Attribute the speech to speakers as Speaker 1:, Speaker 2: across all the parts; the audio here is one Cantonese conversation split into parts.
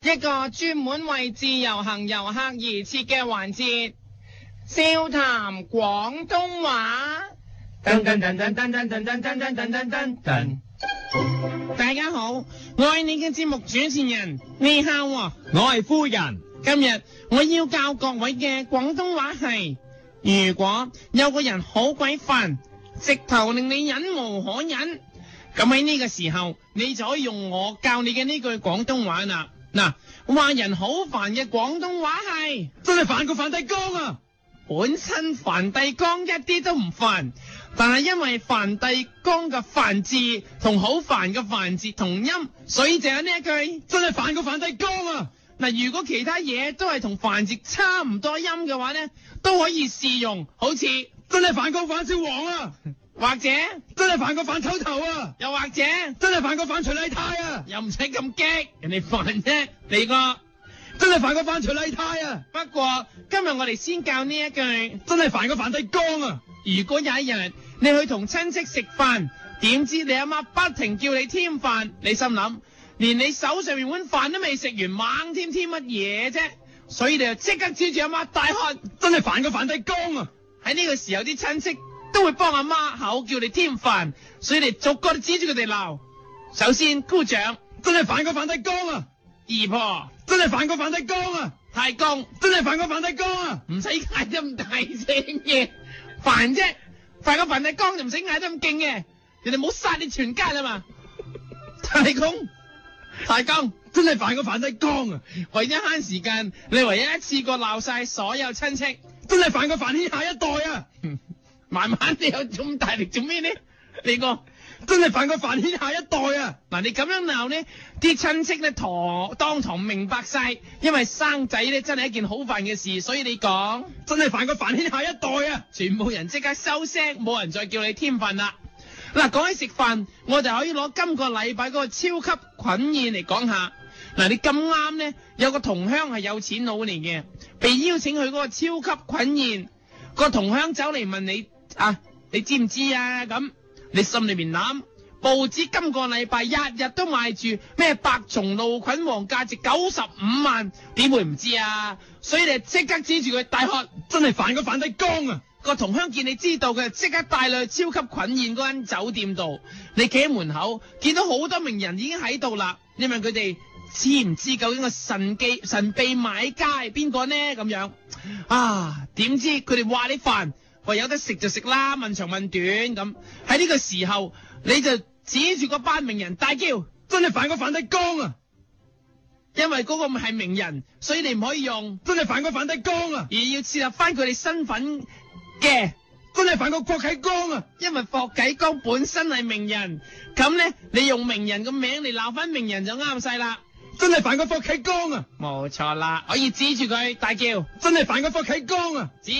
Speaker 1: 一個專門為自由行遊客而設嘅環節，笑談廣東話。
Speaker 2: 噔噔噔噔噔噔噔噔噔噔噔噔噔，
Speaker 1: 大家好，我係你嘅節目主持人，你好啊！
Speaker 2: 我係夫人。
Speaker 1: 今日我要教各位嘅廣東話係：如果有個人好鬼煩，直頭令你忍無可忍，咁喺呢個時候，你就可以用我教你嘅呢句廣東話啦。嗱，話人好煩嘅廣東話係
Speaker 2: 真係煩過梵蒂岡啊！
Speaker 1: 本身梵蒂岡一啲都唔煩，但係因為梵蒂岡嘅梵字同好煩嘅梵字同音，所以就有呢一句。
Speaker 2: 真係煩過梵蒂岡啊！
Speaker 1: 嗱，如果其他嘢都係同繁殖差唔多音嘅話咧，都可以試用，好似
Speaker 2: 真係煩過反小王啊！
Speaker 1: 或者，
Speaker 2: 真係煩過反丑頭啊！
Speaker 1: 又或者，
Speaker 2: 真係煩過反徐麗泰啊！
Speaker 1: 又唔使咁激，人哋煩啫，你個。
Speaker 2: 真係煩過反徐麗泰啊！
Speaker 1: 不過今日我哋先教呢一句，
Speaker 2: 真係煩過梵蒂岡啊！
Speaker 1: 如果有一日你去同親戚食飯，點知你阿媽不停叫你添飯，你心諗連你手上面碗飯都未食完，猛添添乜嘢啫？所以你就即刻指住阿媽大喝。
Speaker 2: 真係煩過梵蒂岡啊！
Speaker 1: 喺呢個時候，啲親戚都會幫阿媽口叫你添飯，所以你逐個都指住佢哋鬧。首先，姑丈
Speaker 2: 真係煩過梵蒂岡啊！
Speaker 1: 姨婆、
Speaker 2: 真係煩過梵蒂岡啊！
Speaker 1: 太公，
Speaker 2: 真係煩過梵蒂岡啊！
Speaker 1: 唔使嗌得咁大聲嘅，煩啫。煩過梵蒂岡就唔使嗌得咁勁嘅，人哋冇殺你全家啊嘛。太公，太公。
Speaker 2: 真係煩過梵蒂岡啊！
Speaker 1: 為咗慳時間，你唯一一次過鬧晒所有親戚，
Speaker 2: 真係煩過繁衍下一代啊！
Speaker 1: 慢慢你有咁大力做咩呢？你個
Speaker 2: 真係煩過繁衍下一代啊！
Speaker 1: 嗱，你咁樣鬧呢，啲親戚咧堂當堂明白晒，因為生仔咧真係一件好煩嘅事，所以你講
Speaker 2: 真係煩過繁衍下一代啊！
Speaker 1: 全部人即刻收聲，冇人再叫你添飯啦。嗱，講起食飯，我就可以攞今個禮拜嗰個超級菌宴嚟講下。嗱，你咁啱咧，有個同鄉係有錢佬嚟嘅，被邀請去嗰個超級菌宴，個同鄉走嚟問你啊，你知唔知啊？咁你心裏面諗，報紙今個禮拜日日都賣住咩白松露菌王價值九十五萬，點會唔知啊？所以你即刻指住佢大喝，
Speaker 2: 真係煩過梵蒂岡啊！
Speaker 1: 個同鄉見你知道嘅，即刻帶你去超級菌宴嗰間酒店度。你企喺門口，見到好多名人已經喺度啦。你問佢哋知唔知究竟個神秘神秘買家係邊個呢？咁樣啊，點知佢哋話你煩，話有得食就食啦，問長問短咁。喺呢個時候，你就指住個班名人大叫，
Speaker 2: 真係煩過梵蒂岡啊！
Speaker 1: 因為嗰個係名人，所以你唔可以用，
Speaker 2: 真係煩過梵蒂岡啊！
Speaker 1: 而要設立翻佢哋身份。嘅
Speaker 2: 真係煩過霍啟剛啊！
Speaker 1: 因為霍啟剛本身係名人，咁咧你用名人個名嚟鬧翻名人就啱晒啦。
Speaker 2: 真係煩過霍啟剛啊！
Speaker 1: 冇錯啦，可以指住佢大叫，
Speaker 2: 真係煩過霍啟剛啊！
Speaker 1: 指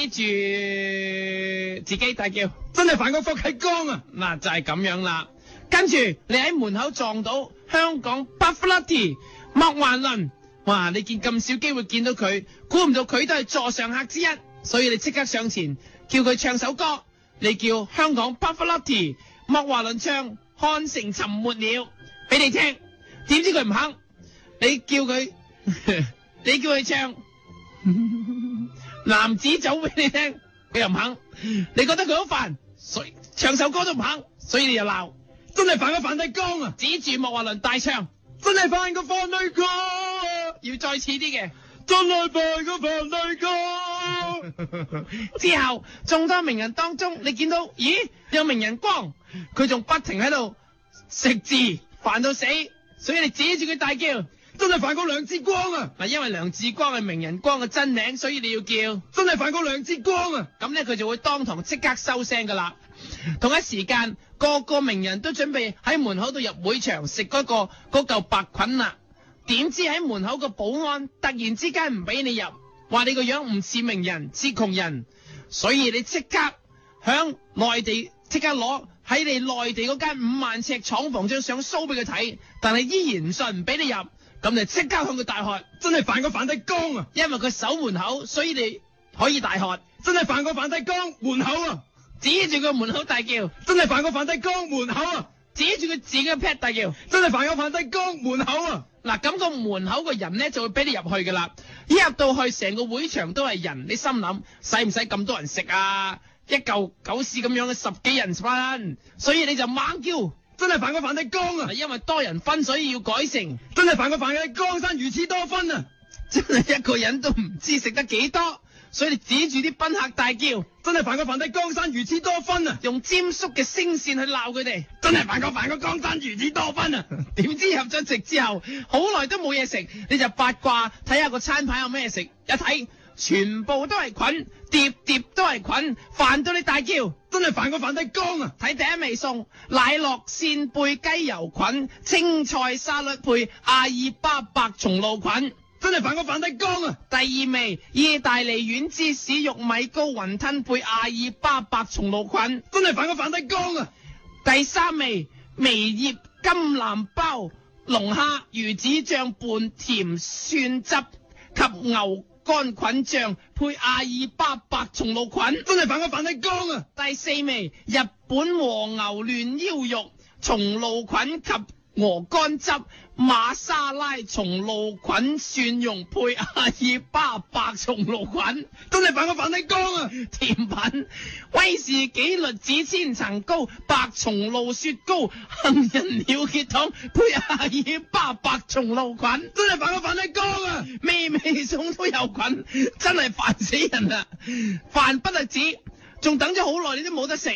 Speaker 1: 住自己大叫，
Speaker 2: 真係煩過霍啟剛啊！
Speaker 1: 嗱就係咁樣啦。跟住你喺門口撞到香港 Buffalo 莫環倫，哇！你見咁少機會見到佢，估唔到佢都係座上客之一，所以你即刻上前。叫佢唱首歌，你叫香港 Buffalo 莫華倫唱《漢城沉沒了》俾你聽，點知佢唔肯，你叫佢， 你叫佢唱男子走俾你聽，佢又唔肯，你覺得佢好煩，所以唱首歌都唔肯，所以你就鬧，
Speaker 2: 真係煩過梵蒂岡啊！
Speaker 1: 指住莫華倫大唱，
Speaker 2: 真係煩過梵蒂岡，
Speaker 1: 要再似啲嘅。
Speaker 2: 真係煩過梵蒂岡。
Speaker 1: 之後，眾多名人當中，你見到，咦，有名人光，佢仲不停喺度食字，煩到死，所以你指住佢大叫，
Speaker 2: 真係煩過梁志光啊！
Speaker 1: 嗱，因為梁志光係名人光嘅真名，所以你要叫，
Speaker 2: 真係煩過梁志光啊！
Speaker 1: 咁咧，佢就會當堂即刻收聲噶啦。同一時間，個個名人都準備喺門口度入會場食嗰個嗰嚿白菌啦。點知喺門口個保安突然之間唔俾你入，話你個樣唔似名人，似窮人，所以你即刻響內地即刻攞喺你內地嗰間五萬尺廠房張相 show 俾佢睇，但係依然唔信唔俾你入，咁就即刻向佢大喝，
Speaker 2: 真係煩過梵蒂岡啊！
Speaker 1: 因為佢守門口，所以你可以大喝，
Speaker 2: 真係煩過梵蒂岡門口啊！
Speaker 1: 指住佢門口大叫，
Speaker 2: 真係煩過梵蒂岡門口啊！
Speaker 1: 指住佢自己嘅 pet 大叫。
Speaker 2: 真係凡有飯低江門口啊！
Speaker 1: 嗱，咁個門口個人咧就會俾你入去噶啦。一入到去，成個會場都係人，你心諗使唔使咁多人食啊？一嚿狗屎咁樣嘅十幾人份，所以你就猛叫。
Speaker 2: 真係凡有飯低江啊
Speaker 1: 嗱，！因為多人分，所以要改成
Speaker 2: 真係凡有飯低江山如此多分啊！
Speaker 1: 真係一個人都唔知食得幾多，所以你指住啲賓客大叫，
Speaker 2: 真係凡有飯低江山如此多分啊！
Speaker 1: 用尖叔嘅聲線去鬧佢哋。
Speaker 2: 真係凡有飯低江山如此多分啊！
Speaker 1: 點知入咗席之後，好耐都冇嘢食，你就八卦睇下個餐牌有咩食，一睇全部都係菌，碟碟都係菌，煩到你大叫。
Speaker 2: 真係凡有飯低江啊！
Speaker 1: 睇第一味餸，奶酪扇貝雞油菌、青菜沙律配阿爾巴白松露菌。
Speaker 2: 真係凡有飯低江啊！
Speaker 1: 第二味意大利丸芝士玉米糕雲吞配阿爾巴白松露菌。
Speaker 2: 真係凡有飯低江啊！
Speaker 1: 第三味微葉金藍包龍蝦魚子醬拌甜蒜汁及牛肝菌醬配阿爾巴白松露菌。
Speaker 2: 真係凡有飯低江啊！
Speaker 1: 第四味日本和牛嫩腰肉松露菌及鵝肝汁馬沙拉松露菌蒜蓉配阿爾巴白松露菌。
Speaker 2: 真係凡有飯低江啊！
Speaker 1: 甜品，威士忌栗子千層糕、白松露雪糕、杏仁鳥血糖配阿爾巴白松露菌，
Speaker 2: 真係凡有飯低江啊！
Speaker 1: 味味餸都有菌，真係煩死人啦！飯不特止，仲等咗好耐，你都冇得食，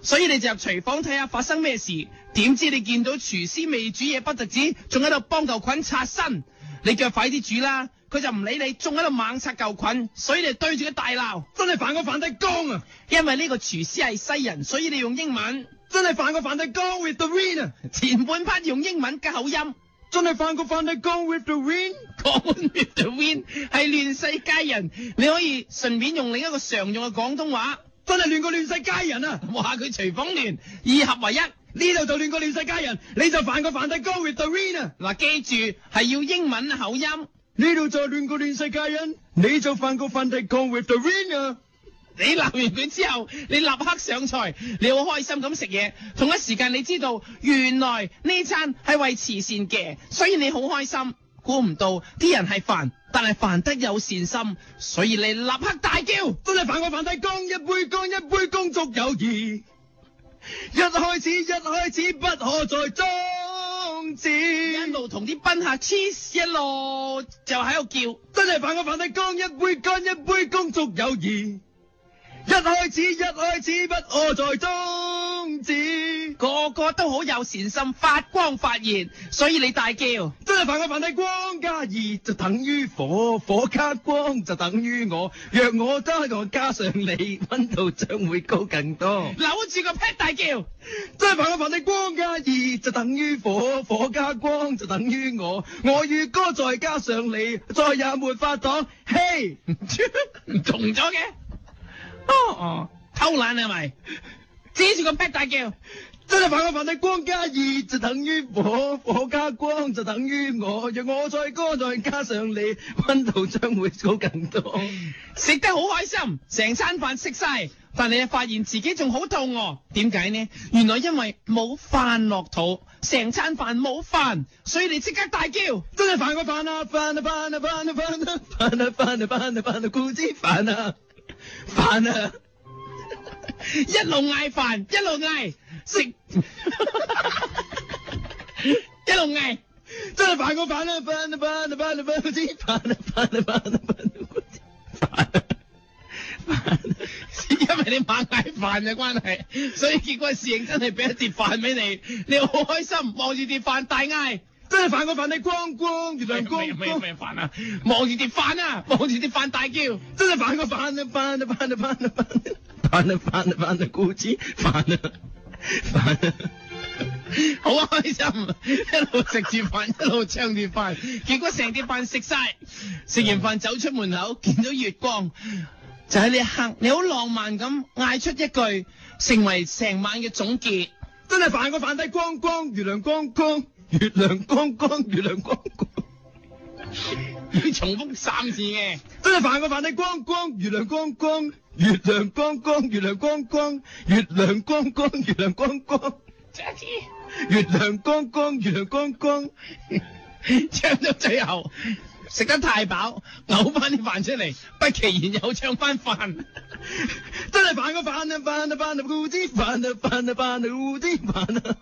Speaker 1: 所以你就入廚房睇下發生咩事。點知你見到廚師未煮嘢不特止，仲喺度幫嚿菌擦身，你叫佢快啲煮啦，佢就唔理你，仲喺度猛擦嚿菌，所以你就對住佢大鬧。
Speaker 2: 真係凡有飯低江啊！
Speaker 1: 因為呢個廚師係西人，所以你用英文。
Speaker 2: 真係凡有飯低江 with the wind 啊！
Speaker 1: 前半 part 用英文嘅口音，
Speaker 2: 真係凡有飯低江 with the wind。
Speaker 1: 講 with the wind 係亂世佳人，你可以順便用另一個常用嘅廣東話，
Speaker 2: 真係亂過亂世佳人啊！
Speaker 1: 話佢廚房亂，二合為一。
Speaker 2: 呢度就亂過亂世佳人，你就犯過梵蒂岡 with the rain 啊！
Speaker 1: 嗱，記住係要英文口音。
Speaker 2: 呢度就亂過亂世佳人，你就犯過梵蒂岡 with the rain 啊！
Speaker 1: 你鬧完佢之後，你立刻上菜，你好開心咁食嘢。同一時間，你知道原來呢餐係為慈善嘅，所以你好開心。估唔到啲人係煩，但係煩得有善心，所以你立刻大叫。
Speaker 2: 真係犯過梵蒂岡一杯乾一杯公足友誼，一開始一開始不可再終
Speaker 1: 一
Speaker 2: 止。
Speaker 1: 路同啲賓客 cheese，一路就喺度
Speaker 2: 真係啊犯過梵蒂岡一杯乾一杯公足友誼，一開始一開始不可再終止
Speaker 1: 叫，。個個都好有善心，發光發熱，所以你大叫。
Speaker 2: 真係凡啊我凡帝光加熱就等於火，火加光就等於我。若我得我加上你，温度將會高更多。
Speaker 1: 扭住個 pat 大叫，
Speaker 2: 真係啊凡我凡帝光加熱就等於火，火加光就等於我。我與哥再加上你，再也沒法擋。嘿，
Speaker 1: 唔同咗嘅。哦哦，偷懶係咪？指住個 pat 大叫。
Speaker 2: 真係凡我凡帝光加熱就等於火，火加光就等於我。若我再哥再加上你，温度將會高更多。
Speaker 1: 食得好開心，成餐飯食晒，但你又發現自己仲好肚餓，點解呢？原來因為冇飯落肚，成餐飯冇飯，所以你即刻大叫。
Speaker 2: 真係煩過煩啊，煩啊煩啊煩啊煩啊煩啊煩啊煩啊煩啊固之煩啊煩啊！
Speaker 1: 一路嗌飯，一路嗌食， 一路嗌
Speaker 2: 真係煩過煩啊煩啊煩啊煩啊煩固之煩啊煩啊煩啊煩啊固之
Speaker 1: 因為你猛嗌飯嘅關係，所以結果侍應真係俾一碟飯俾你，你好開心望住碟飯大嗌。
Speaker 2: 真係煩過煩啊光光月亮光
Speaker 1: 咩
Speaker 2: 光，
Speaker 1: 咩飯啊！望住碟飯啊，望住碟飯大叫。
Speaker 2: 真係煩過煩啊煩啊煩啊煩啊煩啊煩啊煩啊固之煩啊煩啊！
Speaker 1: 好啊開心，一路食住飯，一路唱住飯，結果成碟飯食晒。食完飯走出門口，見到月光，就喺呢一刻，你好浪漫咁嗌出一句，成為成晚嘅總結。
Speaker 2: 真係煩過煩低光光月亮光光月亮光光月亮光光。
Speaker 1: 要重複三次嘅，
Speaker 2: 真係煩過煩你光光，月亮光光，月亮光光，月亮光光，月亮光光，月亮光光。
Speaker 1: 再一次，
Speaker 2: 月亮光光，月亮光光，
Speaker 1: 唱到最後食得太飽，嘔翻啲飯出嚟，不其然又唱翻飯。
Speaker 2: 真係煩個煩啊煩啊煩啊固之煩啊煩啊煩啊固之煩啊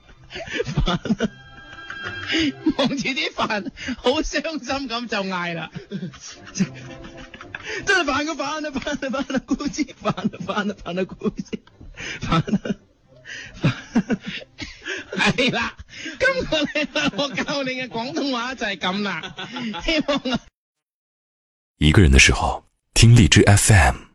Speaker 2: 煩啊！
Speaker 1: 望住啲飯，好傷心咁就嗌啦。
Speaker 2: 真係煩個煩啊煩啊煩啊固之煩啊煩啊煩啊固之煩啊！
Speaker 1: 係啦，今個禮拜我教你嘅廣東話就係咁啦，希望啊。
Speaker 3: 一个人的时候，听荔枝 FM。